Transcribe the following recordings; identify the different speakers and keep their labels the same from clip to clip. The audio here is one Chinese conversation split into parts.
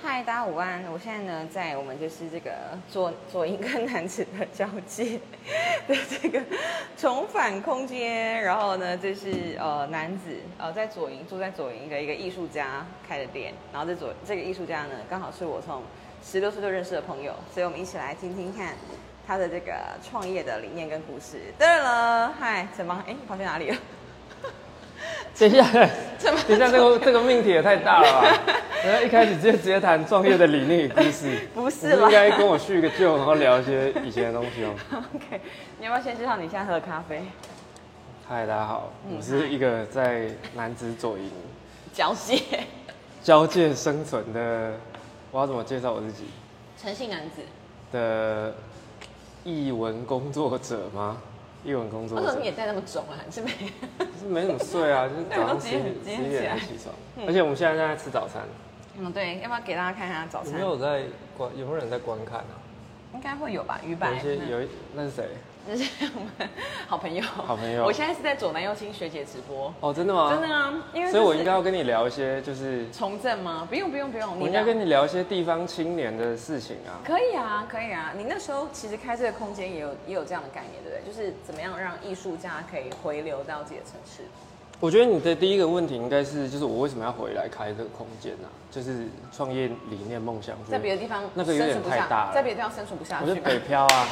Speaker 1: 嗨，大家午安！我现在呢，在我们就是这个左左营 跟南子的交界的这个重返空间，然后呢，这是呃南子呃在左营住在左营的一个艺术家开的店，然后这左这个艺术家呢，刚好是我从十六岁就认识的朋友，所以我们一起来听听看他的这个创业的理念跟故事。对了，嗨，怎么？哎，你跑去哪里了？
Speaker 2: 等一下，
Speaker 1: 怎么？
Speaker 2: 等一下，这个这个命题也太大了 吧！然后一开始就直接谈创业的理念与故事，
Speaker 1: 不是
Speaker 2: 你
Speaker 1: 啦
Speaker 2: 应该跟我叙个旧，然后聊一些以前的东西哦。
Speaker 1: OK，你要不要先介绍你现在喝的咖啡？嗯
Speaker 2: 嗨，大家好，我是一个在南子左营
Speaker 1: 交界，
Speaker 2: 交界生存的，我要怎么介绍我自己
Speaker 1: 诚信男子。
Speaker 2: 的译文工作者吗？译文工作
Speaker 1: 为什么
Speaker 2: 者
Speaker 1: 哦你也戴那么肿啊？你是没？
Speaker 2: 就是没怎么睡啊，就是早上十
Speaker 1: 对我都
Speaker 2: 一
Speaker 1: 几点
Speaker 2: 十一
Speaker 1: 几点起
Speaker 2: 点
Speaker 1: 来
Speaker 2: 才起床，而且我们现在正在吃早餐，
Speaker 1: 嗯，对，要不要给大家看一下早
Speaker 2: 有
Speaker 1: 餐
Speaker 2: 没？有在观？有没有人在观看啊？
Speaker 1: 应该会有吧，鱼
Speaker 2: 有
Speaker 1: 板
Speaker 2: 一。些有一那是谁？
Speaker 1: 那是我们好朋友。好
Speaker 2: 朋友
Speaker 1: 我现在是在左南右青学姐直播。
Speaker 2: 哦，真的吗？
Speaker 1: 真的啊，因为
Speaker 2: 所以我
Speaker 1: 这
Speaker 2: 应
Speaker 1: 是
Speaker 2: 该要跟你聊一些，就是
Speaker 1: 从政吗？不用不用不用，
Speaker 2: 我应
Speaker 1: 的
Speaker 2: 该跟你聊一些地方青年的事情啊。
Speaker 1: 可以啊，可以啊。你那时候其实开这个空间也有也有这样的概念，对不对？就是怎么样让艺术家可以回流到自己的城市。
Speaker 2: 我觉得你的第一个问题应该是，就是我为什么要回来开这个空间啊？就是创业理念梦想，
Speaker 1: 在别的地方
Speaker 2: 那个有点
Speaker 1: 生存不
Speaker 2: 太
Speaker 1: 下
Speaker 2: 大了
Speaker 1: 在别的地方生存不下
Speaker 2: 我
Speaker 1: 去
Speaker 2: 是
Speaker 1: 吧。
Speaker 2: 北 漂啊，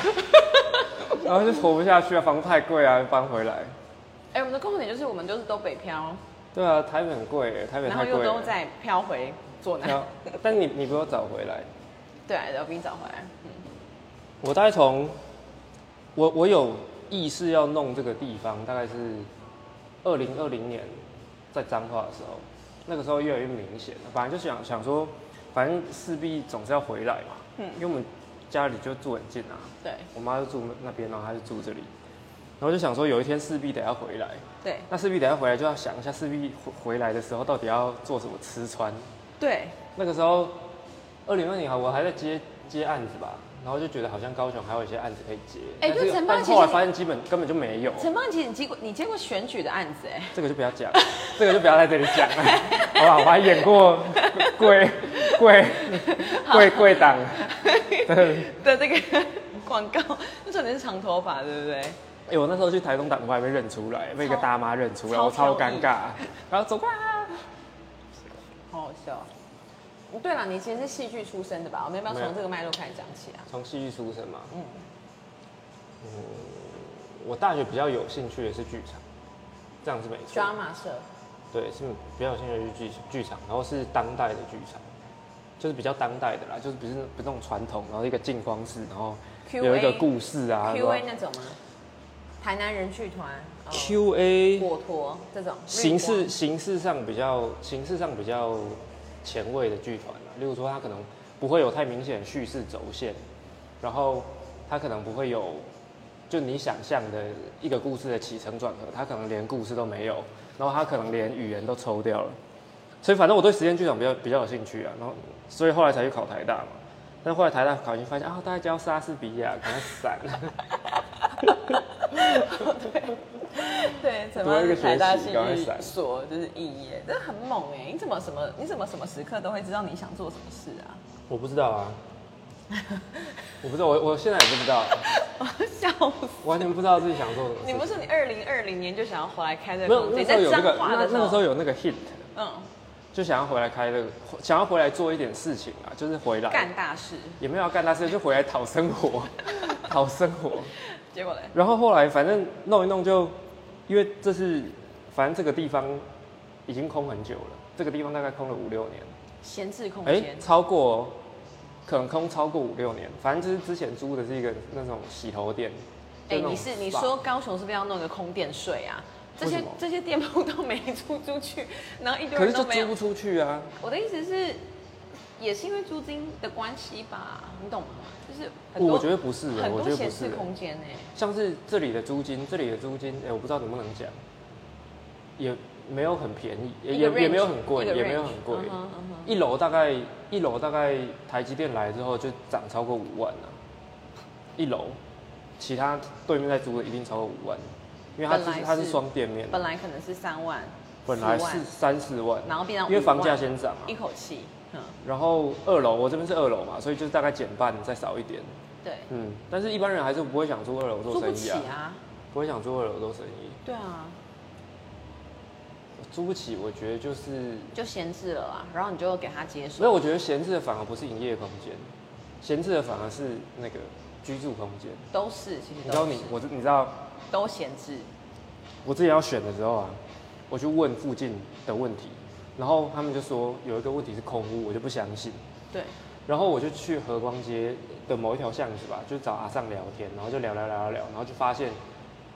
Speaker 2: 然后就活不下去啊，房子太贵啊，就搬回来。
Speaker 1: 哎、我们的共同点就是我们就是都北漂，
Speaker 2: 对啊，台北很贵耶，台北
Speaker 1: 然后
Speaker 2: 太
Speaker 1: 又
Speaker 2: 贵
Speaker 1: 都
Speaker 2: 了。
Speaker 1: 在漂回左南。
Speaker 2: 漂但你你比我早回来，
Speaker 1: 对啊，我比你早回来。
Speaker 2: 我大概从我我有意识要弄这个地方，大概是二零二零年在彰化的时候，那个时候越来越明显了。反正就想想说，反正势必总是要回来嘛，嗯，因为我们家里就住很近啊，
Speaker 1: 对
Speaker 2: 我妈就住那边，然后她就住这里，然后就想说有一天势必得要回来，
Speaker 1: 对
Speaker 2: 那势必得要回来就要想一下，势必回回来的时候到底要做什么吃穿。
Speaker 1: 对，
Speaker 2: 那个时候，二零二零好，我还在接接案子吧，然后就觉得好像高雄还有一些案子可以接，
Speaker 1: 哎
Speaker 2: 但
Speaker 1: 对
Speaker 2: 这个
Speaker 1: 陈
Speaker 2: 但
Speaker 1: 爸其实
Speaker 2: 后来
Speaker 1: 你
Speaker 2: 发现基本根本就没有，
Speaker 1: 陈邦琪，你接过你接过选举的案子哎、
Speaker 2: 这个就不要讲，这个就不要在这里讲了， 好吧？我还演过贵贵贵贵党，
Speaker 1: 的这个广告，那时候你是长头发对不对？
Speaker 2: 哎、我那时候去台东党还被认出来，被一个
Speaker 1: 超
Speaker 2: 大妈认出来，
Speaker 1: 超
Speaker 2: 我超
Speaker 1: 挑
Speaker 2: 尴
Speaker 1: 剔
Speaker 2: 尬，然后走过来啊，
Speaker 1: 好好笑。哦对了，你其实是戏剧出身的吧？我们要不要
Speaker 2: 没有
Speaker 1: 从这个脉络开始讲起啊？
Speaker 2: 从戏剧出身嘛，嗯，我大学比较有兴趣的是剧场，这样是没错。
Speaker 1: drama 社，
Speaker 2: 对，是比较有兴趣的剧剧场，然后是当代的剧场，就是比较当代的啦，就是不是不是那种传统，然后一个镜光式，然后
Speaker 1: Q A
Speaker 2: 有一个故事啊
Speaker 1: Q A 那种吗？台南人剧团、哦
Speaker 2: Q A
Speaker 1: 果陀这种
Speaker 2: 形
Speaker 1: 绿
Speaker 2: 式
Speaker 1: 光
Speaker 2: 形式上比较形式上比较前卫的剧团啦，例如说它可能不会有太明显的叙事轴线，然后它可能不会有就你想象的一个故事的起承转合，它可能连故事都没有，然后它可能连语言都抽掉了。所以反正我对实验剧场比较比较有兴趣啊，然后所以后来才去考台大嘛。但是后来台大考进去发现啊，大家教莎士比亚，赶快散，
Speaker 1: 对，怎
Speaker 2: 多一
Speaker 1: 么
Speaker 2: 个学
Speaker 1: 台大
Speaker 2: 习
Speaker 1: 戏
Speaker 2: 赶快
Speaker 1: 剧
Speaker 2: 闪
Speaker 1: 所就是肄业，这很猛哎、你怎么什么你怎么什么时刻都会知道你想做什么事啊？
Speaker 2: 我不知道啊，我不知道，我我现在也不知道，
Speaker 1: 笑死！
Speaker 2: 完全不知道自己想做什么
Speaker 1: 你
Speaker 2: 事
Speaker 1: 不
Speaker 2: 情。
Speaker 1: 是你二零二零年就想要回来开这
Speaker 2: 没
Speaker 1: 个
Speaker 2: 有
Speaker 1: 空
Speaker 2: 那
Speaker 1: 间，
Speaker 2: 时候
Speaker 1: 在
Speaker 2: 有那
Speaker 1: 彰
Speaker 2: 个
Speaker 1: 化
Speaker 2: 那
Speaker 1: 的
Speaker 2: 那
Speaker 1: 时
Speaker 2: 个时
Speaker 1: 候，
Speaker 2: 候有那个 hit，
Speaker 1: 嗯，
Speaker 2: 就想要回来开这个，想要回来做一点事情啊，就是回来
Speaker 1: 干大事，
Speaker 2: 也没有要干大事，就回来讨生活， 讨生活。
Speaker 1: 结果嘞，
Speaker 2: 然后后来反正弄一弄就，因为这是反正这个地方已经空很久了，这个地方大概空了五六年，
Speaker 1: 闲置空
Speaker 2: 哎、
Speaker 1: 间，
Speaker 2: 超过哦可能空超过五六年，反正就是之前租的是一个那种洗头店。
Speaker 1: 哎，
Speaker 2: 就那种
Speaker 1: 你是你
Speaker 2: spa
Speaker 1: 说高雄是不是要弄个空电税啊？这
Speaker 2: 为
Speaker 1: 些
Speaker 2: 什么
Speaker 1: 这些店铺都没租出去， 然后一堆
Speaker 2: 可
Speaker 1: 人
Speaker 2: 是就
Speaker 1: 都没
Speaker 2: 租不
Speaker 1: 有。
Speaker 2: 出去啊，
Speaker 1: 我的意思是，也是因为租金的关系吧，你懂吗？就是很多
Speaker 2: 我觉得不是欸，
Speaker 1: 很
Speaker 2: 我
Speaker 1: 多
Speaker 2: 觉得
Speaker 1: 闲
Speaker 2: 不是
Speaker 1: 置
Speaker 2: 欸。
Speaker 1: 空间哎，
Speaker 2: 像是这里的租金，这里的租金，哎、我不知道能不能讲，也没有很便宜，也
Speaker 1: 一
Speaker 2: 也
Speaker 1: 个
Speaker 2: 也没有
Speaker 1: range，
Speaker 2: 很贵，
Speaker 1: 一个
Speaker 2: 也没有
Speaker 1: range，
Speaker 2: 很贵。
Speaker 1: 嗯哼嗯
Speaker 2: 一楼大概一楼大概台积电来之后就涨超过五万了、一楼，其他对面在租的一定超过五万，因为它
Speaker 1: 本来
Speaker 2: 是它是
Speaker 1: 是
Speaker 2: 双店面，啊
Speaker 1: 本来可能是三万，
Speaker 2: 本来
Speaker 1: 四万
Speaker 2: 是三四万，啊
Speaker 1: 然后变成
Speaker 2: 因为
Speaker 1: 五
Speaker 2: 房价
Speaker 1: 万
Speaker 2: 先涨啊
Speaker 1: 一口气，嗯，
Speaker 2: 然后二楼我这边是二楼嘛，所以就是大概减半再少一点。
Speaker 1: 对，
Speaker 2: 嗯，但是一般人还是不会想做二楼做
Speaker 1: 做不
Speaker 2: 生意
Speaker 1: 起
Speaker 2: 啊，
Speaker 1: 啊，
Speaker 2: 不会想做二楼做生意。
Speaker 1: 对啊，
Speaker 2: 租不起，我觉得就是
Speaker 1: 就闲置了啦，然后你就给他接手
Speaker 2: 没。有，我觉得闲置的反而不是营业空间，闲置的反而是那个居住空间。
Speaker 1: 都是，其
Speaker 2: 你
Speaker 1: 实
Speaker 2: 知道
Speaker 1: 都
Speaker 2: 你
Speaker 1: 是，
Speaker 2: 我你知道
Speaker 1: 都闲置。
Speaker 2: 我自己要选的时候啊，我去问附近的问题，然后他们就说有一个问题是空屋，我就不相信。
Speaker 1: 对，
Speaker 2: 然后我就去和光街的某一条巷子吧，就找阿尚聊天，然后就聊聊聊聊聊，然后就发现，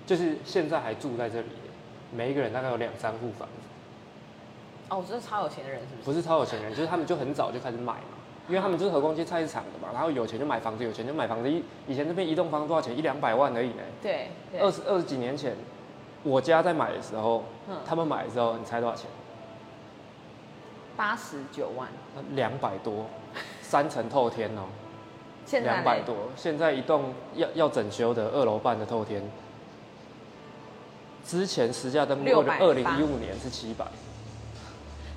Speaker 2: 就是现在还住在这里的，每一个人大概有两三户房子，
Speaker 1: 哦，我真的超有钱的人，是不是？
Speaker 2: 不是超有钱人，就是他们就很早就开始买嘛，因为他们就是和光街菜市场的嘛，然后有钱就买房子，有钱就买房子，一以前那边一栋房多少钱？一两百万而已呢、
Speaker 1: 对，对
Speaker 2: 二十二十几年前，我家在买的时候，
Speaker 1: 嗯
Speaker 2: 他们买的时候，你猜多少钱？
Speaker 1: 八十九万，
Speaker 2: 两百 多，三层透天哦、
Speaker 1: 现在
Speaker 2: 两
Speaker 1: 呢
Speaker 2: 百多，现在一栋要要整修的二楼半的透天，之前实价登录
Speaker 1: 680
Speaker 2: 二零一五年是七百，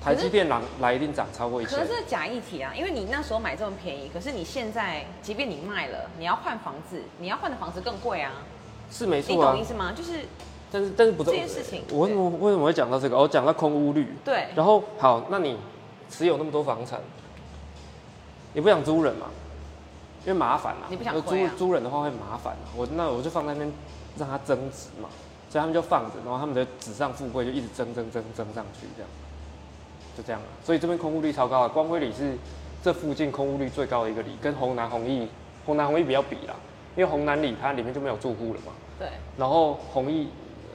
Speaker 2: 台积电来来一定涨超过一
Speaker 1: 可
Speaker 2: 千
Speaker 1: 是，这是假议题啊，因为你那时候买这么便宜，可是你现在即便你卖了，你要换房子，你要换的房子更贵啊，
Speaker 2: 是没
Speaker 1: 你
Speaker 2: 错啊
Speaker 1: 懂意。思吗？就是
Speaker 2: 但是但是不
Speaker 1: 这件事情
Speaker 2: 我为什么为什么会讲到这个？我讲到空屋率。
Speaker 1: 对，
Speaker 2: 然后好，那你持有那么多房产，你不想租人嘛？因为麻烦啊。
Speaker 1: 你不想
Speaker 2: 呃
Speaker 1: 亏啊
Speaker 2: 租租人的话会麻烦啊。我那我就放在那边让它增值嘛，所以他们就放着，然后他们的纸上富贵就一直增增增增上去，这样就这样了。所以这边空屋率超高啊，光辉里是这附近空屋率最高的一个里，跟红南红益红南红益比较比啦，因为红南里它里面就没有住户了嘛。
Speaker 1: 对，
Speaker 2: 然后弘毅，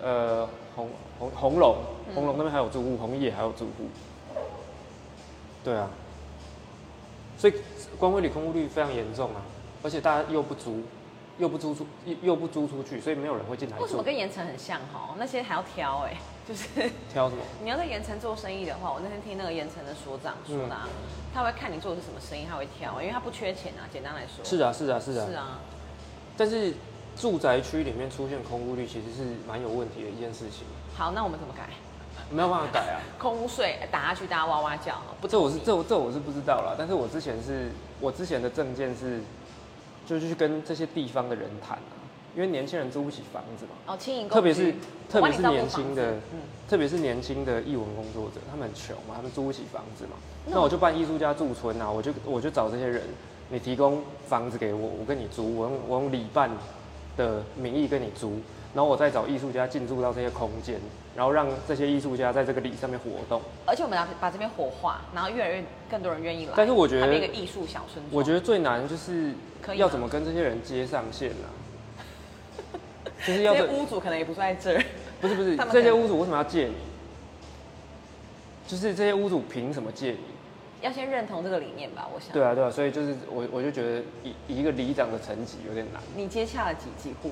Speaker 2: 呃，红红红龙，红龙那边还有住户，弘毅也还有住户。对啊，所以光辉里空屋率非常严重啊，而且大家又不租，又不租出，又又不租出去，所以没有人会进来
Speaker 1: 为什么
Speaker 2: 住。
Speaker 1: 跟盐城很像哈？那些还要挑哎、 就是。
Speaker 2: 挑什么？
Speaker 1: 你要在盐城做生意的话，我那天听那个盐城的所长说的、啊，
Speaker 2: 嗯
Speaker 1: 他会看你做的是什么生意，他会挑，因为他不缺钱啊。简单来说，
Speaker 2: 是啊，是啊，是啊。
Speaker 1: 是啊，
Speaker 2: 但是住宅区里面出现空屋率其实是蛮有问题的一件事情，
Speaker 1: 好，那我们怎么改？
Speaker 2: 没有办法改啊。
Speaker 1: 空屋税打下去，大家哇哇叫，不
Speaker 2: 这我是
Speaker 1: 同意
Speaker 2: 这我这我是不知道啦，但是我之前是我之前的证件是，就是去跟这些地方的人谈啊，因为年轻人租不起房子嘛，
Speaker 1: 哦，轻盈
Speaker 2: 特别是特别
Speaker 1: 帮你
Speaker 2: 是
Speaker 1: 照顾
Speaker 2: 年轻的
Speaker 1: 房子，嗯
Speaker 2: 特别是年轻的艺文工作者，他们很穷嘛，他们租不起房子嘛，
Speaker 1: 那
Speaker 2: 那我就办艺术家驻村啊，我就我就找这些人，你提供房子给我，我跟你租，我用我用礼办的名义跟你租，然后我再找艺术家进驻到这些空间，然后让这些艺术家在这个礼上面活动。
Speaker 1: 而且我们要把这边活化，然后越来越更多人愿意来。
Speaker 2: 但是我觉得
Speaker 1: 它变一个艺术小村庄，
Speaker 2: 我觉得最难就是
Speaker 1: 可以吗
Speaker 2: 要怎么跟这些人接上线啊， 就是要
Speaker 1: 这
Speaker 2: 怎
Speaker 1: 些屋主可能也不住在这儿，
Speaker 2: 不是不是
Speaker 1: 他们可
Speaker 2: 这
Speaker 1: 能
Speaker 2: 些屋主为什么要借你？就是这些屋主凭什么借你？
Speaker 1: 要先认同这个理念吧，我想。
Speaker 2: 对啊对啊，所以就是我我就觉得以以一个里长的层级有点难。
Speaker 1: 你接洽了几几户？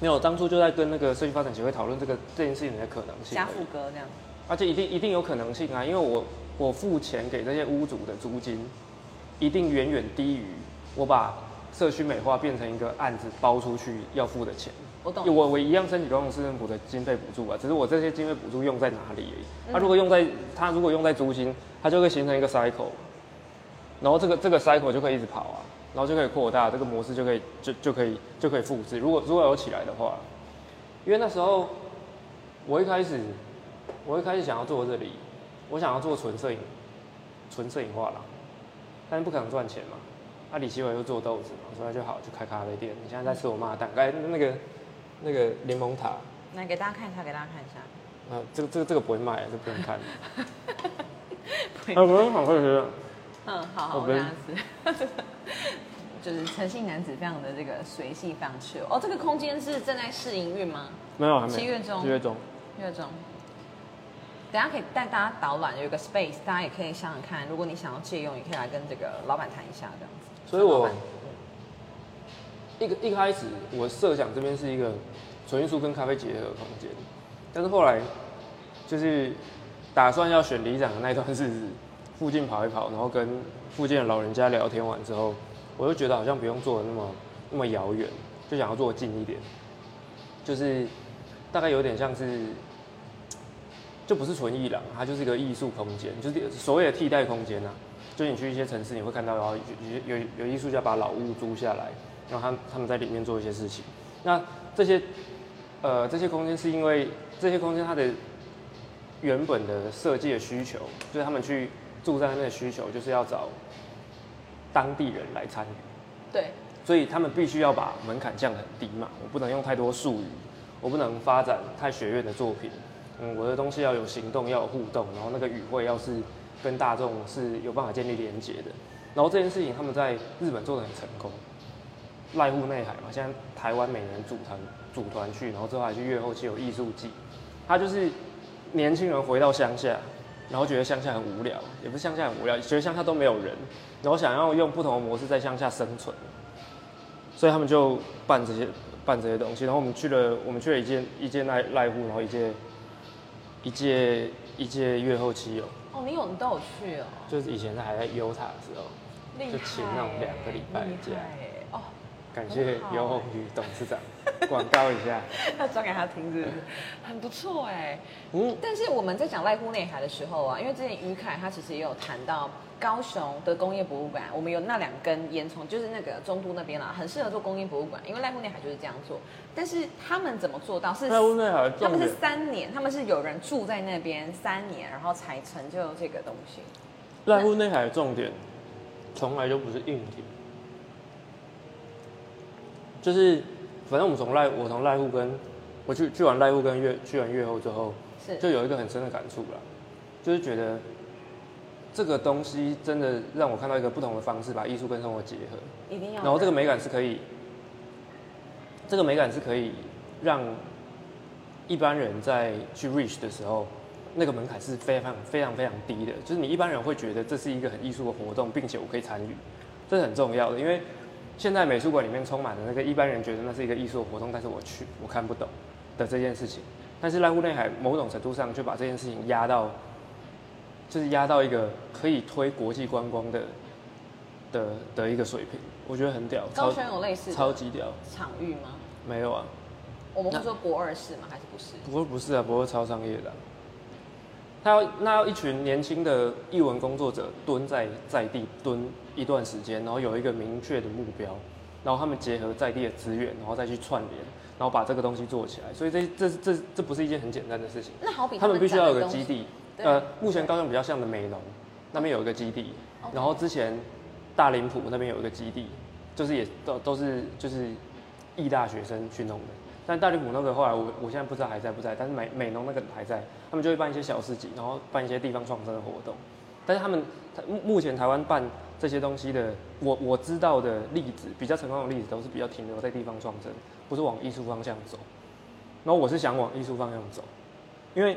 Speaker 2: 没有，当初就在跟那个社区发展协会讨论这个这件事情的可能性而
Speaker 1: 家
Speaker 2: 已，
Speaker 1: 父哥这样，
Speaker 2: 而且一定一定有可能性啊，因为我我付钱给这些屋主的租金，一定远远低于我把社区美化变成一个案子包出去要付的钱。
Speaker 1: 我懂。
Speaker 2: 我我一样申请高雄市政府的经费补助啊，只是我这些经费补助用在哪里而已。它、如果用在它如果用在租金，它就会形成一个 cycle，然后这个这个 cycle 就可以一直跑啊，然后就可以扩大这个模式就可以就就可以就可以复制。如果如果有起来的话，因为那时候我一开始我一开始想要做这里，我想要做纯摄影纯摄影画廊，但是不可能赚钱嘛。那、李奇伟又做豆子嘛，所以他就好去开咖啡店。你现在在吃我妈的蛋糕，那个那个柠檬塔，
Speaker 1: 来给大家看一下，给大家看一下。
Speaker 2: 啊，这个这个这个不会卖，啊这个不用看。
Speaker 1: 不会
Speaker 2: 啊，我好会吃。
Speaker 1: 嗯，好好，
Speaker 2: 我
Speaker 1: 我
Speaker 2: 们
Speaker 1: 让他吃。 就是诚信男子非常的这个随性，非常 chill。哦，这个空间是正在试营运吗？
Speaker 2: 没有，还没。
Speaker 1: 七月中
Speaker 2: 七月中。
Speaker 1: 月中。等一下可以带大家导览，有一个 space，大家也可以想想看，如果你想要借用，也可以来跟这个老板谈一下这样子。
Speaker 2: 所以我
Speaker 1: 老板
Speaker 2: 一个一开始我设想这边是一个纯艺术跟咖啡结合的空间，但是后来就是打算要选里长的那段日子，附近跑一跑，然后跟附近的老人家聊天完之后，我就觉得好像不用做的那么那么遥远，就想要做近一点，就是大概有点像是就不是纯艺廊，它就是一个艺术空间，就是所谓的替代空间啊。就你去一些城市，你会看到，然后有有有艺术家把老屋租下来，然后他们他们在里面做一些事情。那这些呃这些空间是因为这些空间它的原本的设计的需求，就是他们去住在那边的需求，就是要找当地人来参与。
Speaker 1: 对，
Speaker 2: 所以他们必须要把门槛降得很低嘛。我不能用太多术语，我不能发展太学院的作品。嗯，我的东西要有行动，要有互动，然后那个语汇要是跟大众是有办法建立连接的。然后这件事情他们在日本做得很成功，濑户内海嘛，现在台湾每年组团组团去，然后之后还去月后期有艺术季，他就是年轻人回到乡下，然后觉得乡下很无聊，也不是乡下很无聊，觉得乡下都没有人，然后想要用不同的模式在乡下生存，所以他们就办这些办这些东西。然后我们去了，我们去了一届一届濑濑户，然后一届一届一届月后期有，
Speaker 1: 哦，你有你都有去哦，
Speaker 2: 就是以前还在优塔的时候，
Speaker 1: 厉害耶，
Speaker 2: 就请那种两个礼拜的假
Speaker 1: 厉害耶哦，
Speaker 2: 感谢尤鸿宇董事长广告一下。
Speaker 1: 要转给他听是不是？很不错哎。
Speaker 2: 嗯，
Speaker 1: 但是我们在讲濑户内海的时候啊，因为之前于凯他其实也有谈到高雄的工业博物馆，我们有那两根烟囱，就是那个中都那边啦，很适合做工业博物馆，因为濑户内海就是这样做。但是他们怎么做到？是
Speaker 2: 濑户内海的
Speaker 1: 他
Speaker 2: 重
Speaker 1: 们
Speaker 2: 点
Speaker 1: 是三年，他们是有人住在那边三年，然后才成就这个东西。
Speaker 2: 濑户内海的重点，从来就不是硬体，就是反正我们从濑我从濑户跟我去去完濑户跟月去完月后之后，
Speaker 1: 是，
Speaker 2: 就有一个很深的感触啦，就是觉得这个东西真的让我看到一个不同的方式，把艺术跟生活结合。
Speaker 1: 一定要。
Speaker 2: 然后这个美感是可以，这个美感是可以让一般人在去 reach 的时候，那个门槛是非常非常非常低的，就是你一般人会觉得这是一个很艺术的活动，并且我可以参与，这是很重要的，因为现在美术馆里面充满了那个一般人觉得那是一个艺术的活动，但是我去我看不懂的这件事情，但是濑户内海某种程度上就把这件事情压到，就是压到一个可以推国际观光的。的的一个水平，我觉得很屌。
Speaker 1: 高
Speaker 2: 超
Speaker 1: 雄有类似的
Speaker 2: 超级屌，
Speaker 1: 场域吗？
Speaker 2: 没有啊，
Speaker 1: 我们会说国二是吗？还是不是？
Speaker 2: 不过不是啊，不会超商业的啊、他要那要一群年轻的译文工作者蹲在在地蹲一段时间，然后有一个明确的目标，然后他们结合在地的资源，然后再去串联，然后把这个东西做起来。所以这这这这不是一件很简单的事情，
Speaker 1: 那好比
Speaker 2: 他们必须要有个
Speaker 1: 展的
Speaker 2: 基
Speaker 1: 东西，
Speaker 2: 地。
Speaker 1: 对
Speaker 2: 呃，目前高雄比较像的美浓那边有一个基地，然后之前大林埔那边有一个基地，就是也都都是就是艺大学生去弄的。但大林埔那个后来我我现在不知道还在不在，但是美美农那个还在，他们就会办一些小市集，然后办一些地方创生的活动。但是他们他目目前台湾办这些东西的，我我知道的例子比较成功的例子都是比较停留在地方创生，不是往艺术方向走。然后我是想往艺术方向走，因为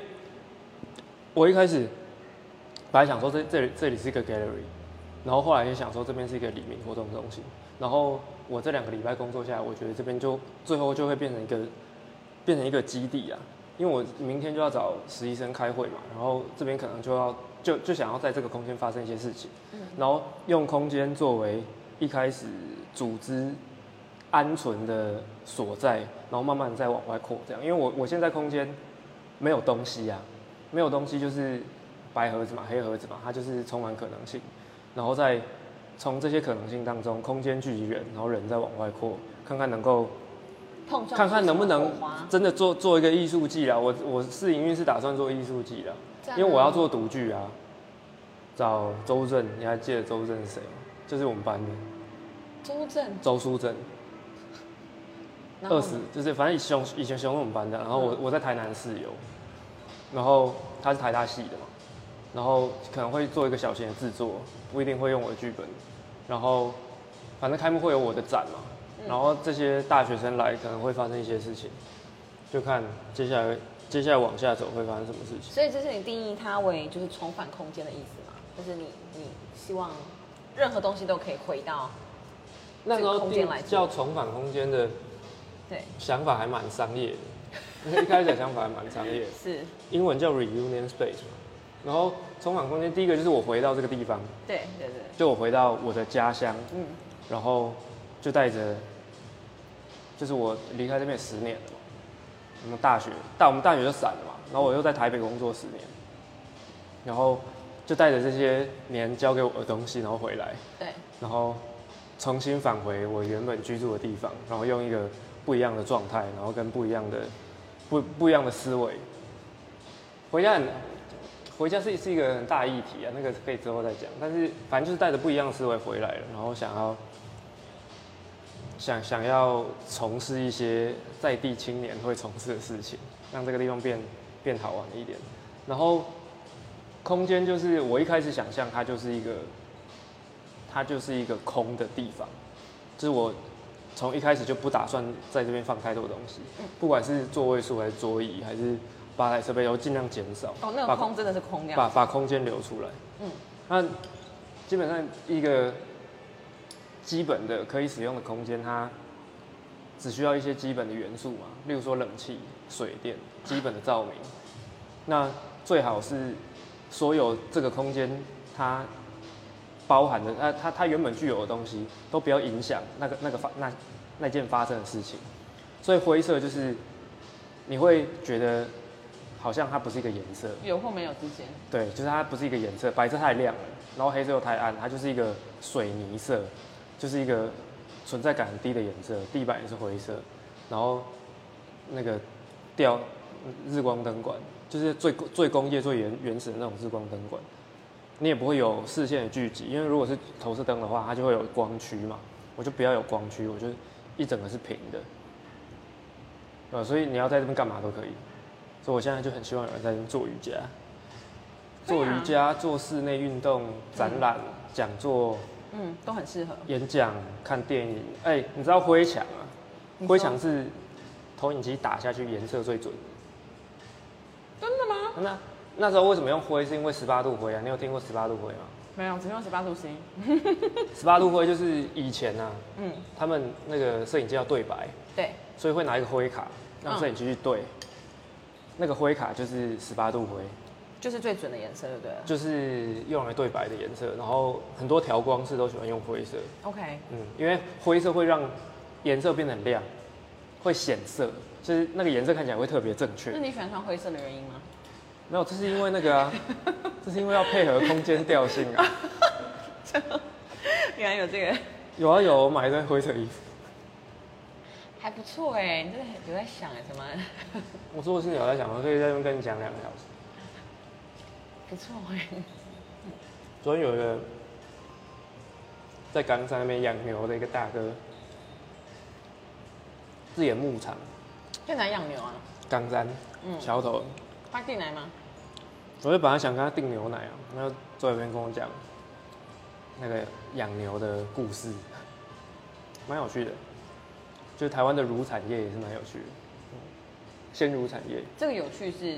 Speaker 2: 我一开始本来想说这这里这里是一个 gallery，然后后来也想说这边是一个里民活动中心，然后我这两个礼拜工作下来，我觉得这边就最后就会变成一个变成一个基地啊，因为我明天就要找实习生开会嘛，然后这边可能就要就就想要在这个空间发生一些事情，然后用空间作为一开始组织安存的所在，然后慢慢地再往外扩这样，因为我我现在空间没有东西啊，没有东西就是白盒子嘛，黑盒子嘛，它就是充满可能性，然后再从这些可能性当中，空间聚集人，然后人再往外扩，看看能够
Speaker 1: 碰撞
Speaker 2: 看看能不能
Speaker 1: 出什么火啊花
Speaker 2: 真的做做一个艺术季啦。我我试营运是打算做艺术季啦，
Speaker 1: 赞啊
Speaker 2: 因为我要做独剧啊。找周正，你还记得周正是谁吗？就是我们班的
Speaker 1: 周正
Speaker 2: 周书正，
Speaker 1: 然后
Speaker 2: 二
Speaker 1: 呢
Speaker 2: 十就是反正以前以前熊是我们班的，然后我我在台南室友，然后他是台大系的嘛，然后可能会做一个小型的制作，不一定会用我的剧本，然后反正开幕会有我的展嘛，然后这些大学生来可能会发生一些事情，就看接下来接下来往下走会发生什么事情。
Speaker 1: 所以这是你定义它为就是重返空间的意思嘛？就是你你希望任何东西都可以回到
Speaker 2: 那时
Speaker 1: 这个
Speaker 2: 候
Speaker 1: 空间
Speaker 2: 定
Speaker 1: 来做
Speaker 2: 叫重返空间的
Speaker 1: 对
Speaker 2: 想法还蛮商业 的，一开始的想法还蛮商业的。
Speaker 1: 是，
Speaker 2: 英文叫 reunion space 嘛。然后重返空间，第一个就是我回到这个地方，
Speaker 1: 对对对，
Speaker 2: 就我回到我的家乡，
Speaker 1: 嗯，
Speaker 2: 然后就带着，就是我离开这边十年了嘛，我们大学，但我们大学就散了嘛，然后我又在台北工作十年，然后就带着这些年教给我的东西，然后回来，
Speaker 1: 对，
Speaker 2: 然后重新返回我原本居住的地方，然后用一个不一样的状态，然后跟不一样的不不一样的思维。回家很回家是是一个很大议题啊，那个可以之后再讲。但是反正就是带着不一样的思维回来了，然后想要想想要从事一些在地青年会从事的事情，让这个地方变变好玩一点。然后空间就是我一开始想象它就是一个它就是一个空的地方，就是我从一开始就不打算在这边放太多东西，不管是座位数还是桌椅还是吧台设备，都尽量减少。
Speaker 1: 哦，那
Speaker 2: 把
Speaker 1: 个空真的是空
Speaker 2: 把
Speaker 1: 量，
Speaker 2: 把空间留出来。
Speaker 1: 嗯
Speaker 2: 嗯，那基本上一个基本的可以使用的空间，它只需要一些基本的元素嘛，例如说冷气、水电、基本的照明。那最好是所有这个空间它包含的，呃它它它原本具有的东西都不要影响那个那个发那那件发生的事情。所以灰色就是你会觉得好像它不是一个颜色，
Speaker 1: 有或没有之间，
Speaker 2: 对，就是它不是一个颜色，白色太亮了，然后黑色又太暗，它就是一个水泥色，就是一个存在感很低的颜色。地板也是灰色，然后那个吊日光灯管，就是最最工业、最原原始的那种日光灯管，你也不会有视线的聚集，因为如果是投射灯的话，它就会有光区嘛，我就不要有光区，我就一整个是平的。呃，所以你要在这边干嘛都可以，所以我现在就很希望有人在这边做瑜伽。做瑜伽、做室内运动、展览、讲座、
Speaker 1: 嗯，都很适合。
Speaker 2: 演讲、看电影。哎、你知道灰墙啊？
Speaker 1: 你说
Speaker 2: 灰墙是投影机打下去颜色最准的。
Speaker 1: 真的吗？
Speaker 2: 那啊那时候为什么用灰？是因为十八度灰啊？你有听过十八度灰吗？
Speaker 1: 没有，只用十八度 C。
Speaker 2: 十八度灰就是以前啊，
Speaker 1: 嗯，
Speaker 2: 他们那个摄影机要对白，
Speaker 1: 对，
Speaker 2: 所以会拿一个灰卡让
Speaker 1: 嗯
Speaker 2: 摄影机去对。那个灰卡就是十八度灰，
Speaker 1: 就是最准的颜色，对不对了
Speaker 2: 就是用来对白的颜色。然后很多调光师都喜欢用灰色。
Speaker 1: ？OK，
Speaker 2: 嗯，因为灰色会让颜色变得很亮，会显色，就是那个颜色看起来会特别正确
Speaker 1: 那。你喜欢穿灰色的原因吗？
Speaker 2: 没有，这是因为那个啊，这是因为要配合空间调性啊。
Speaker 1: 原来有这个，
Speaker 2: 有啊有，我买一堆灰色衣服。
Speaker 1: 还不错哎，你真的很有在想哎，怎么
Speaker 2: 我说我是有在想，我可以在那边跟你讲两个小时。
Speaker 1: 不错哎？
Speaker 2: 昨天有一个在冈山那边养牛的一个大哥，自己的牧场，
Speaker 1: 在哪养牛啊？
Speaker 2: 冈山，
Speaker 1: 嗯
Speaker 2: 桥头，
Speaker 1: 花地奶吗？
Speaker 2: 我就本来想跟他订牛奶啊，然后坐在那边跟我讲那个养牛的故事，蛮有趣的。就是台湾的乳产业也是蛮有趣的，嗯鲜乳产业
Speaker 1: 这个有趣是，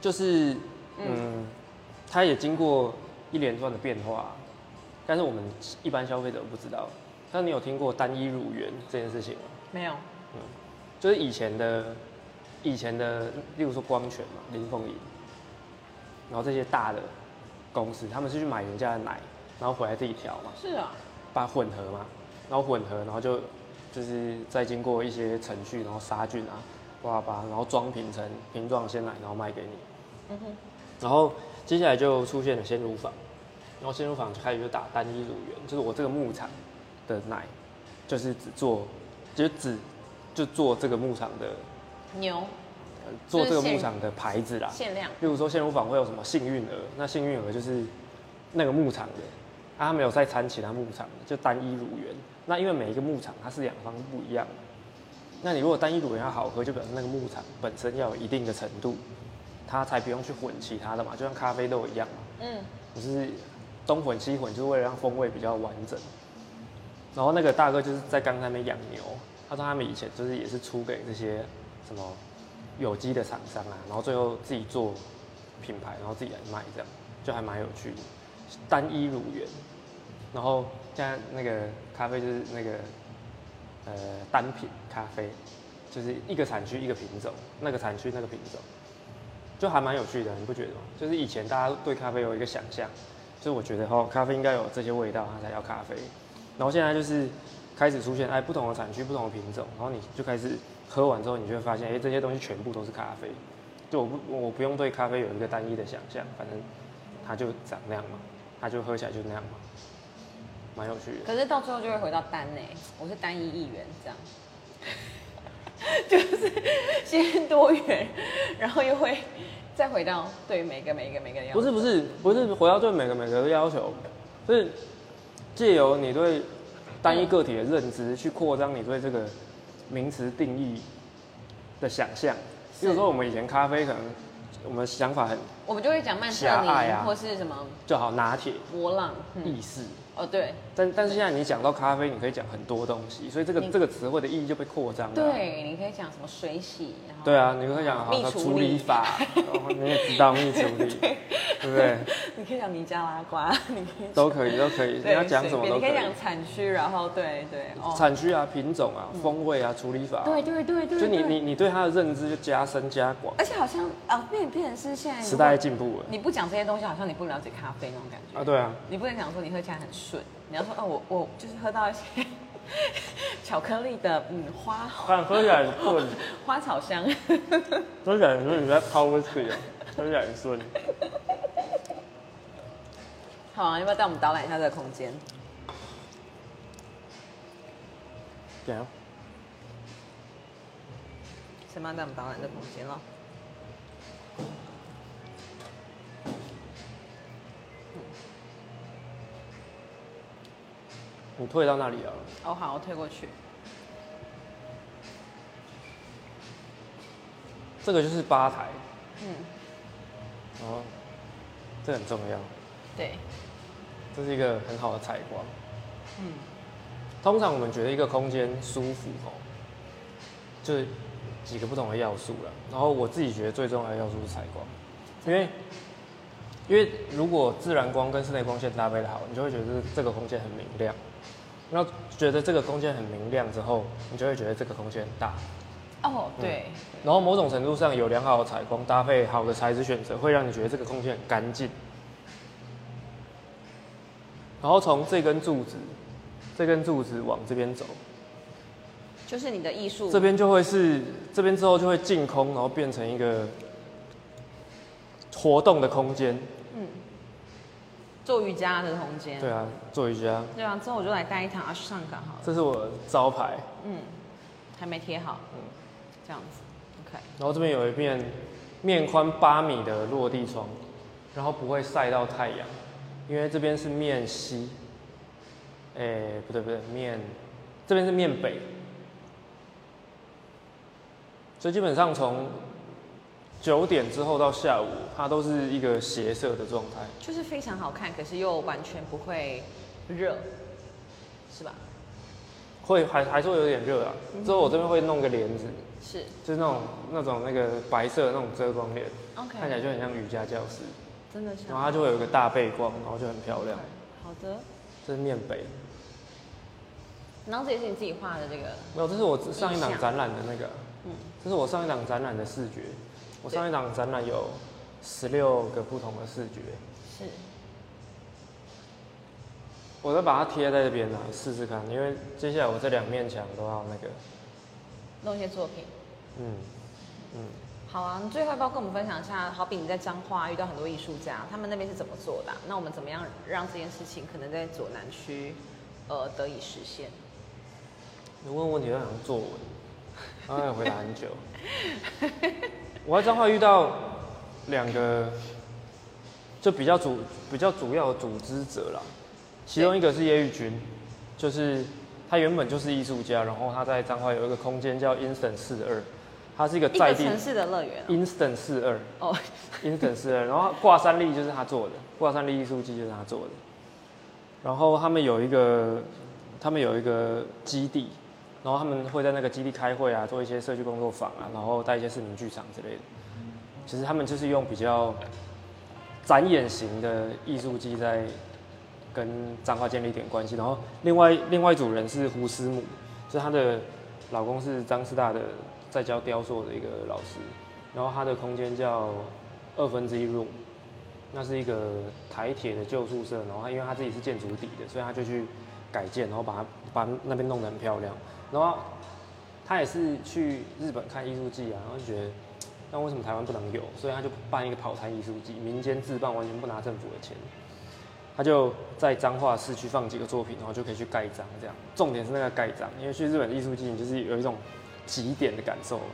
Speaker 2: 就是嗯，它也经过一连串的变化，但是我们一般消费者不知道。那你有听过单一乳源这件事情吗？
Speaker 1: 没有，
Speaker 2: 就是以前的，以前的，例如说光泉嘛、林凤营，然后这些大的公司，他们是去买人家的奶，然后回来自己调嘛，
Speaker 1: 是啊，
Speaker 2: 把它混合嘛，然后混合，然后就就是再经过一些程序，然后杀菌啊，巴拉巴拉，然后装瓶成瓶装鲜奶，然后卖给你。
Speaker 1: 嗯哼，
Speaker 2: 然后接下来就出现了鲜乳坊，然后鲜乳坊就开始就打单一乳源，就是我这个牧场的奶，就是只做，就只就做这个牧场的
Speaker 1: 牛
Speaker 2: 呃做这个牧场的牌子啦。
Speaker 1: 限量，
Speaker 2: 例如说，鲜乳坊会有什么幸运儿？那幸运儿就是那个牧场的，啊，它没有再掺其他牧场的，就单一乳源。那因为每一个牧场它是两方不一样的，那你如果单一乳源要好喝，就表示那个牧场本身要有一定的程度，它才不用去混其他的嘛，就像咖啡豆一样嘛。
Speaker 1: 嗯，
Speaker 2: 我是东混西混，就是为了让风味比较完整。然后那个大哥就是在刚才那边养牛，他说他们以前就是也是出给这些什么有机的厂商啊，然后最后自己做品牌，然后自己来卖，这样就还蛮有趣的。单一乳源，然后现在那个咖啡就是那个呃单品咖啡，就是一个产区一个品种，那个产区那个品种。就还蛮有趣的，你不觉得吗？就是以前大家对咖啡有一个想象，就是我觉得哦，咖啡应该有这些味道，它才叫咖啡。然后现在就是开始出现哎不同的产区、不同的品种，然后你就开始喝完之后，你就会发现哎这些东西全部都是咖啡，就我不我不用对咖啡有一个单一的想象，反正它就长那样嘛，它就喝起来就那样嘛，蛮有趣的。
Speaker 1: 可是到最后就会回到单呢、我是单一一元这样， 就是先多元，然后又会再回到对每个每个每个的要
Speaker 2: 不是不是不是回到对每个每个的要求，是借由你对单一个体的认知，去扩张你对这个名词定义的想象。比如说我们以前咖啡可能我们想法很
Speaker 1: 我们就会讲曼彻
Speaker 2: 狭隘
Speaker 1: 尼、
Speaker 2: 啊
Speaker 1: 或是什么
Speaker 2: 就好拿铁、
Speaker 1: 波浪，嗯，
Speaker 2: 意式，
Speaker 1: 哦对
Speaker 2: 但但是现在你讲到咖啡，你可以讲很多东西，所以这个
Speaker 1: 你
Speaker 2: 这个词汇的意义就被扩张了。。
Speaker 1: 对，你可以讲什么水洗，然后
Speaker 2: 对啊，你会讲好
Speaker 1: 蜜
Speaker 2: 像
Speaker 1: 处
Speaker 2: 处理
Speaker 1: 理
Speaker 2: 法， 然后你也知道蜜处理，对不对？
Speaker 1: 你可以讲尼加拉瓜， 你可以
Speaker 2: 都可以，都可以，你要
Speaker 1: 对
Speaker 2: 讲
Speaker 1: 随
Speaker 2: 什么
Speaker 1: 便你
Speaker 2: 都可
Speaker 1: 可以
Speaker 2: 以。
Speaker 1: 讲产区，然后对对哦，
Speaker 2: 产区啊、品种啊、风味啊、处理法啊、
Speaker 1: 对对对对，
Speaker 2: 就你
Speaker 1: 对
Speaker 2: 你你对它的认知就加深加广，
Speaker 1: 而且好像啊变变成是现在如果
Speaker 2: 时代在进步了
Speaker 1: 你不讲这些东西，好像你不了解咖啡那种感觉。
Speaker 2: 啊，对啊，
Speaker 1: 你不能讲说你喝起来很顺，你要说哦，我我就是喝到一些 巧克力的嗯花
Speaker 2: 看喝起来很顺，
Speaker 1: 花草香，
Speaker 2: 喝起来很顺，你在泡温水啊，喝起来很顺。
Speaker 1: 好啊，要不要带我们导览一下这个空间？
Speaker 2: 怎样？
Speaker 1: 先帮带我们导览这个空间咯。
Speaker 2: 你退到那里了？啊
Speaker 1: 哦，好，我推过去。
Speaker 2: 这个就是吧台
Speaker 1: 嗯，
Speaker 2: 哦，这很重要，
Speaker 1: 对，
Speaker 2: 这是一个很好的采光。
Speaker 1: 嗯，
Speaker 2: 通常我们觉得一个空间舒服哦，就是几个不同的要素了。然后我自己觉得最重要的要素是采光，因为因为如果自然光跟室内光线搭配的好，你就会觉得这个空间很明亮。然后觉得这个空间很明亮之后，你就会觉得这个空间很大。
Speaker 1: 哦，对，
Speaker 2: 然后某种程度上有良好的采光搭配好的材质选择，会让你觉得这个空间很干净。然后从这根柱子，这根柱子往这边走，
Speaker 1: 就是你的艺术
Speaker 2: 这边就会是这边之后就会净空，然后变成一个活动的空间。
Speaker 1: 做瑜伽的空间。
Speaker 2: 对啊，做瑜伽，
Speaker 1: 对啊，之后我就来带一堂阿去上港好了，
Speaker 2: 这是我的招牌。
Speaker 1: 嗯，还没贴好，嗯，这样子，OK，
Speaker 2: 然后这边有一面面宽八米的落地窗，然后不会晒到太阳，因为这边是面西，哎、不对不对，面这边是面北，所以基本上从九点之后到下午，它都是一个斜射的状态。
Speaker 1: 就是非常好看，可是又完全不会热，是吧？
Speaker 2: 会还还是会有点热啊。之后我这边会弄个帘子，
Speaker 1: 是
Speaker 2: 就是那种那种那个白色的那种遮光帘，
Speaker 1: ，OK，
Speaker 2: 看起来就很像瑜伽教室。
Speaker 1: 真的是
Speaker 2: 然后它就会有一个大背光，然后就很漂亮。
Speaker 1: 好的。
Speaker 2: 这是面北，
Speaker 1: 然后这也是你自己画的这个，
Speaker 2: 没有，这是我上一
Speaker 1: 意
Speaker 2: 档
Speaker 1: 象
Speaker 2: 展览的那个，
Speaker 1: 嗯
Speaker 2: 这是我上一档展览的视觉。我上一档展览有十六个不同的视觉，
Speaker 1: 是
Speaker 2: 我再把它贴在这边来试试看，因为接下来我这两面墙都要那个，
Speaker 1: 弄一些作品。
Speaker 2: 嗯嗯。
Speaker 1: 好啊，你最后要不要跟我们分享一下？好比你在彰化遇到很多艺术家，他们那边是怎么做的啊、那我们怎么样让这件事情可能在左南区，呃，得以实现？
Speaker 2: 你问问题都想作文，然后哎要回答很久。 我在彰化遇到两个，就比较主比较主要的组织者啦，其中一个是叶玉君，就是他原本就是艺术家，然后他在彰化有一个空间叫 Instant 四二，他是一个
Speaker 1: 一
Speaker 2: 在
Speaker 1: 个
Speaker 2: 地
Speaker 1: 城市的乐园啊
Speaker 2: Instant 四二
Speaker 1: 哦，哦
Speaker 2: Instant 四二，然后挂三立就是他做的，挂三立艺术季就是他做的，然后他们有一个他们有一个基地，然后他们会在那个基地开会啊，做一些社区工作坊啊，然后带一些市民剧场之类的。其实他们就是用比较展演型的艺术季在跟彰化建立一点关系。然后另外另外一组人是胡思母，就是她的老公是张师大的在教雕塑的一个老师，然后他的空间叫二分之一 room。那是一个台铁的旧宿舍，然后他因为他自己是建筑底的，所以他就去改建，然后把它把那边弄得很漂亮。然后他也是去日本看艺术季啊，然后就觉得那为什么台湾不能有？所以他就办一个跑摊艺术季，民间自办，完全不拿政府的钱。他就在彰化市区放几个作品，然后就可以去盖章，这样。重点是那个盖章，因为去日本的艺术季，你就是有一种极点的感受嘛。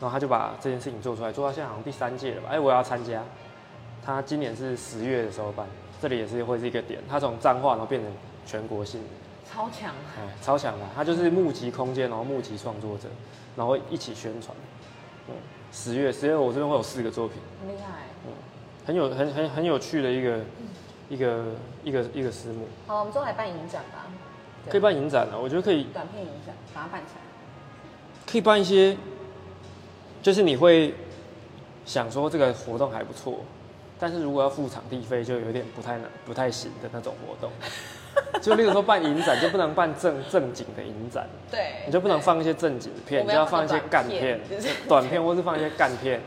Speaker 2: 然后他就把这件事情做出来，做到现在好像第三届了吧？哎，我要参加。他今年是十月的时候办，这里也是会是一个点。他从彰化然后变成全国性的，
Speaker 1: 超强，
Speaker 2: 哎，超强的。他就是募集空间，然后募集创作者，然后一起宣传。嗯，十月，十月我这边会有四个作品。
Speaker 1: 很厉害。
Speaker 2: 嗯很有很很很有趣的一个一个一个一个私募，
Speaker 1: 好，我们之后来办影展吧，对
Speaker 2: 可以办影展啊了，我觉得可以
Speaker 1: 短片影展，把它办起来。
Speaker 2: 可以办一些，就是你会想说这个活动还不错，但是如果要付场地费，就有点不太能不太行的那种活动。就例如说办影展，就不能办正正经的影展，
Speaker 1: 对
Speaker 2: 你就不能放一些正经的
Speaker 1: 我
Speaker 2: 片，你
Speaker 1: 们
Speaker 2: 就
Speaker 1: 要
Speaker 2: 要放一些干片
Speaker 1: 放个短片就是、
Speaker 2: 短片，或是放一些干片。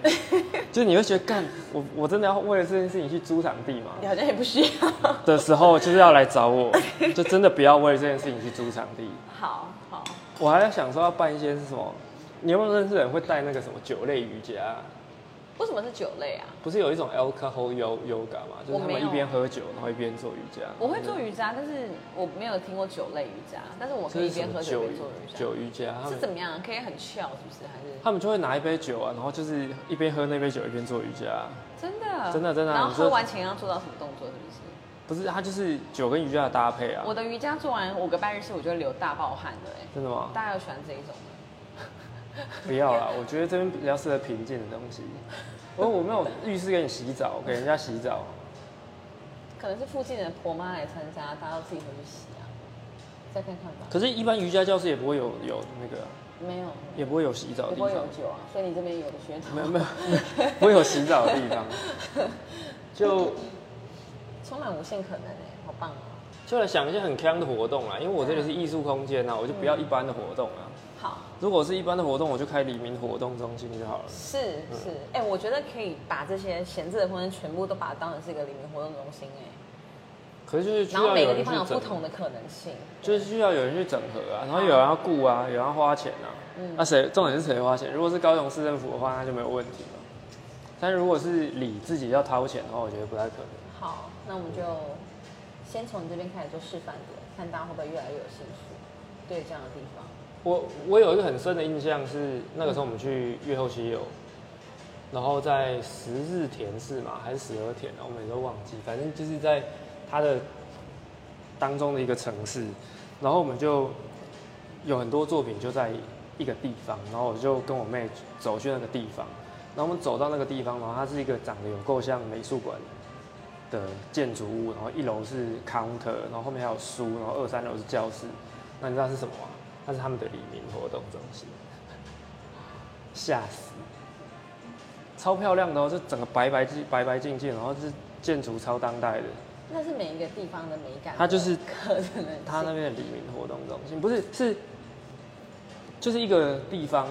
Speaker 2: 就是你会觉得干，我我真的要为了这件事情去租场地吗？
Speaker 1: 你好像也不需要。
Speaker 2: 的时候就是要来找我，就真的不要为了这件事情去租场地。
Speaker 1: 好好，
Speaker 2: 我还在想说要办一些是什么，你有没有认识人会带那个什么酒类瑜伽啊？
Speaker 1: 为什么是酒类啊？
Speaker 2: 不是有一种 alcohol yo- yoga 嘛，就是
Speaker 1: 我
Speaker 2: 他
Speaker 1: 没
Speaker 2: 们
Speaker 1: 有
Speaker 2: 一边喝酒然后一边做瑜伽。
Speaker 1: 我会做瑜伽，但是我没有听过酒类瑜伽，但是我可
Speaker 2: 这
Speaker 1: 以一
Speaker 2: 是什
Speaker 1: 边
Speaker 2: 么
Speaker 1: 喝酒
Speaker 2: 酒
Speaker 1: 一边做瑜伽。
Speaker 2: 酒瑜伽，他
Speaker 1: 是怎
Speaker 2: 们
Speaker 1: 么样？啊可以很翘，是不是？还是
Speaker 2: 他们就会拿一杯酒啊，然后就是一边喝那杯酒一边做瑜伽。啊
Speaker 1: 真的？
Speaker 2: 真的真的啊
Speaker 1: 然后
Speaker 2: 你说
Speaker 1: 喝完前要做到什么动作？是不是？
Speaker 2: 不是，它就是酒跟瑜伽的搭配啊
Speaker 1: 我。的瑜伽做完五个半日式，我就流大爆汗的哎、
Speaker 2: 真的吗？
Speaker 1: 大家有喜欢这一种吗？
Speaker 2: 不 要啦，我觉得这边比较适合平静的东西。我我没有浴室给你洗澡，给人家洗澡。
Speaker 1: 可能是附近的婆妈来参加，大家都自己回去洗啊。再看看吧。
Speaker 2: 可是，一般瑜伽教室也不会有有那个啊，
Speaker 1: 没有，
Speaker 2: 也不会有洗澡的
Speaker 1: 不
Speaker 2: 地方
Speaker 1: 会有，酒啊，所以你这边有的噱头。
Speaker 2: 没 有没有，不会有洗澡的地 方，就
Speaker 1: 充满无限可能哎、好棒哦、
Speaker 2: 就来想一些很康的活动啦。啊因为我这里是艺术空间啊，我就不要一般的活动啊。
Speaker 1: 好，
Speaker 2: 如果是一般的活动，我就开黎明活动中心就好了。
Speaker 1: 是是，
Speaker 2: 嗯
Speaker 1: 哎、我觉得可以把这些闲置的空间全部都把它当成是一个里面活动中心哎、
Speaker 2: 可是就是需
Speaker 1: 然后
Speaker 2: 要
Speaker 1: 每
Speaker 2: 有
Speaker 1: 个
Speaker 2: 人
Speaker 1: 地方
Speaker 2: 去
Speaker 1: 有不
Speaker 2: 整，
Speaker 1: 同的嗯可能性。
Speaker 2: 就是需要有人去整合啊，然后有人要雇啊，有人要花钱啊。
Speaker 1: 嗯
Speaker 2: 那谁重点是谁花钱？如果是高雄市政府的话，那就没有问题了。但如果是你自己要掏钱的话，我觉得不太可能。
Speaker 1: 好，那我们就先从你这边开始做示范的，看大家会不会越来越有兴趣对这样的地方。
Speaker 2: 我我有一个很深的印象是，那个时候我们去越后溪有，然后在十日田市嘛，还是十二田啊，我每次都忘记，反正就是在它的当中的一个城市，然后我们就有很多作品就在一个地方，然后我就跟我妹走去那个地方，然后我们走到那个地方，然后它是一个长得有够像美术馆的建筑物，然后一楼是 counter，然后后面还有书，然后二三楼是教室。那你知道是什么吗？那是他们的黎明活动中心，吓死！超漂亮的哦，就整个白白净白白净净，然后是建筑超当代的。
Speaker 1: 那是每一个地方的美感的，
Speaker 2: 它就是
Speaker 1: 可能
Speaker 2: 他那
Speaker 1: 性
Speaker 2: 边的黎明活动中心，不是是，就是一个地方。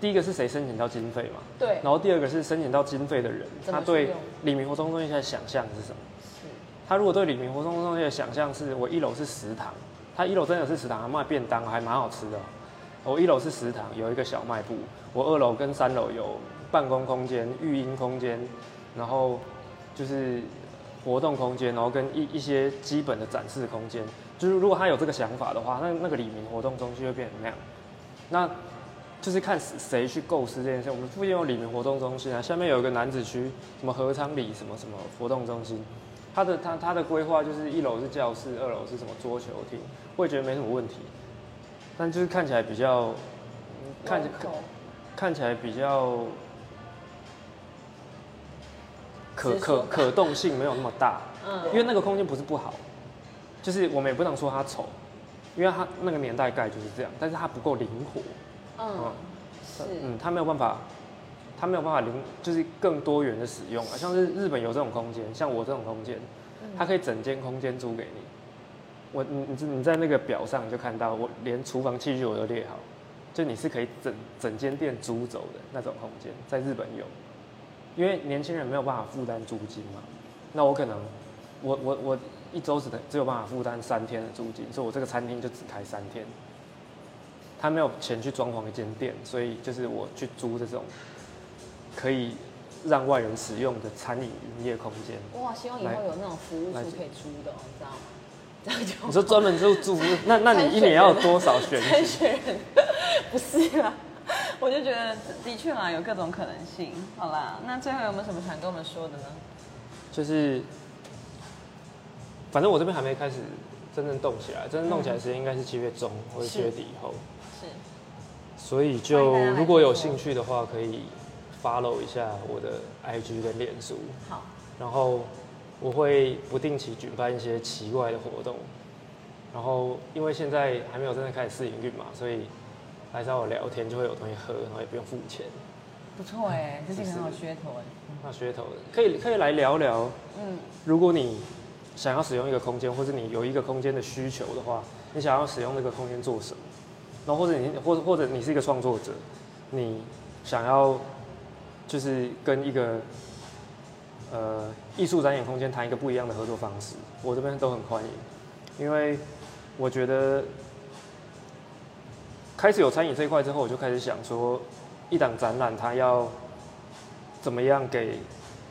Speaker 2: 第一个是谁申请到经费嘛？
Speaker 1: 对
Speaker 2: 然后第二个是申请到经费的人，
Speaker 1: 怎么
Speaker 2: 他
Speaker 1: 去
Speaker 2: 对
Speaker 1: 用
Speaker 2: 黎明活动中心的想象是什么？
Speaker 1: 是
Speaker 2: 他如果对李明活动中心的想象是，我一楼是食堂，他一楼真的是食堂，还卖便当，还蛮好吃的哦。我一楼是食堂，有一个小卖部，我二楼跟三楼有办公空间、育婴空间，然后就是活动空间，然后跟一一些基本的展示空间。就是如果他有这个想法的话，那那个李明活动中心会啊变成那样。那就是看谁谁去构思这件事。我们附近有李明活动中心啊，下面有一个男子区，什么合昌里什么什么活动中心，它的它它的规划就是一楼是教室，二楼是什么桌球厅，我也觉得没什么问题，但就是看起来比较，嗯看起
Speaker 1: local
Speaker 2: 看起来比较可
Speaker 1: 直说
Speaker 2: 可可动性没有那么大，
Speaker 1: 嗯
Speaker 2: 因为那个空间不是不好，就是我们也不能说它丑，因为它那个年代盖就是这样，但是它不够灵活，
Speaker 1: 嗯
Speaker 2: 嗯
Speaker 1: 是
Speaker 2: 嗯，它没有办法，它没有办法灵，就是更多元的使用啊。像是日本有这种空间，像我这种空间，它可以整间空间租给你。我你你你在那个表上你就看到，我连厨房器具我都列好，就你是可以整整间店租走的那种空间，在日本有，因为年轻人没有办法负担租金嘛。那我可能我我我一周只能只有办法负担三天的租金，所以我这个餐厅就只开三天。他没有钱去装潢一间店，所以就是我去租这种可以让外人使用的餐饮营业空间。
Speaker 3: 哇，希望以
Speaker 2: 来
Speaker 3: 后有那种服务
Speaker 2: 来
Speaker 3: 处可以租的，哦你知道吗？这样就
Speaker 2: 你说专门就租， 那那你一年要有多少选
Speaker 3: 参
Speaker 2: 举？
Speaker 3: 选人不是啦， 我就觉得的确啦，有各种可能性。好啦，那最后有没有什么想跟我们说的呢？
Speaker 2: 就是，反正我这边还没开始真正动起来，真正动起来的时间应该是七月中或者七月底以后。
Speaker 3: 是，
Speaker 2: 所以
Speaker 3: 欢迎
Speaker 2: 就
Speaker 3: 大家来
Speaker 2: 如果有兴趣的话，可以 follow 一下我的 IG 跟脸书，
Speaker 3: 好，
Speaker 2: 然后我会不定期举办一些奇怪的活动。然后因为现在还没有真的开始试营运嘛，所以来找我聊天就会有东西喝，然后也不用付钱，
Speaker 3: 不错哎、这是一个
Speaker 2: 是
Speaker 3: 很好噱头哎、
Speaker 2: 那噱头的可以可以来聊聊。
Speaker 3: 嗯，
Speaker 2: 如果你想要使用一个空间，或者你有一个空间的需求的话，你想要使用这个空间做什么？然后或者你或者或者你是一个创作者，你想要就是跟一个呃艺术展演空间谈一个不一样的合作方式，我这边都很欢迎，因为我觉得开始有餐饮这一块之后，我就开始想说，一档展览它要怎么样给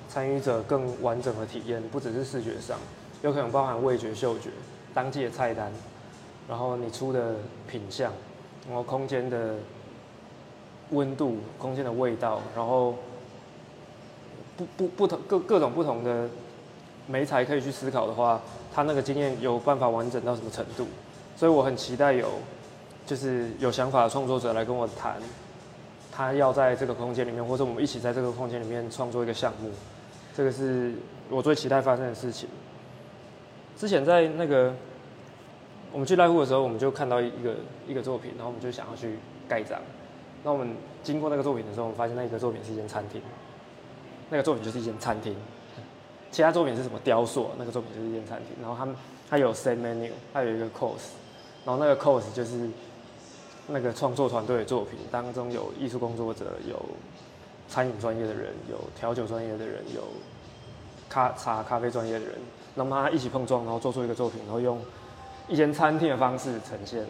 Speaker 2: 参与者更完整的体验，不只是视觉上，有可能包含味觉、嗅觉、当季的菜单，然后你出的品相，然后空间的温度、空间的味道，然后不不不同各各种不同的媒材可以去思考的话，他那个经验有办法完整到什么程度？所以我很期待有就是有想法的创作者来跟我谈。他要在这个空间里面，或者我们一起在这个空间里面创作一个项目，这个是我最期待发生的事情。之前在那个我们去濑户的时候，我们就看到一个一个作品，然后我们就想要去盖章。那我们经过那个作品的时候，我们发现那个作品是一间餐厅，那个作品就是一间餐厅。其他作品是什么雕塑，那个作品就是一间餐厅。然后他们它有 set menu，它有一个 course，然后那个 course 就是那个创作团队的作品当中，有艺术工作者，有餐饮专业的人，有调酒专业的人，有咖茶咖啡专业的人，那么他一起碰撞，然后做出一个作品，然后用一间餐厅的方式呈现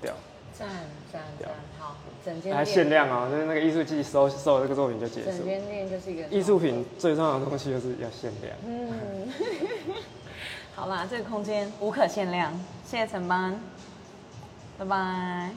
Speaker 2: 掉，
Speaker 3: 赞赞
Speaker 2: 对
Speaker 3: 赞
Speaker 2: 啊，
Speaker 3: 好，整
Speaker 2: 还
Speaker 3: 间
Speaker 2: 限
Speaker 3: 店，
Speaker 2: 量哦、就是那个艺术季收收了这个作品就结束
Speaker 3: 整。间店就是一个
Speaker 2: 艺术品最重要的东西就是要限量。
Speaker 3: 嗯，好啦，这个空间无可限量。谢谢陈班，拜拜。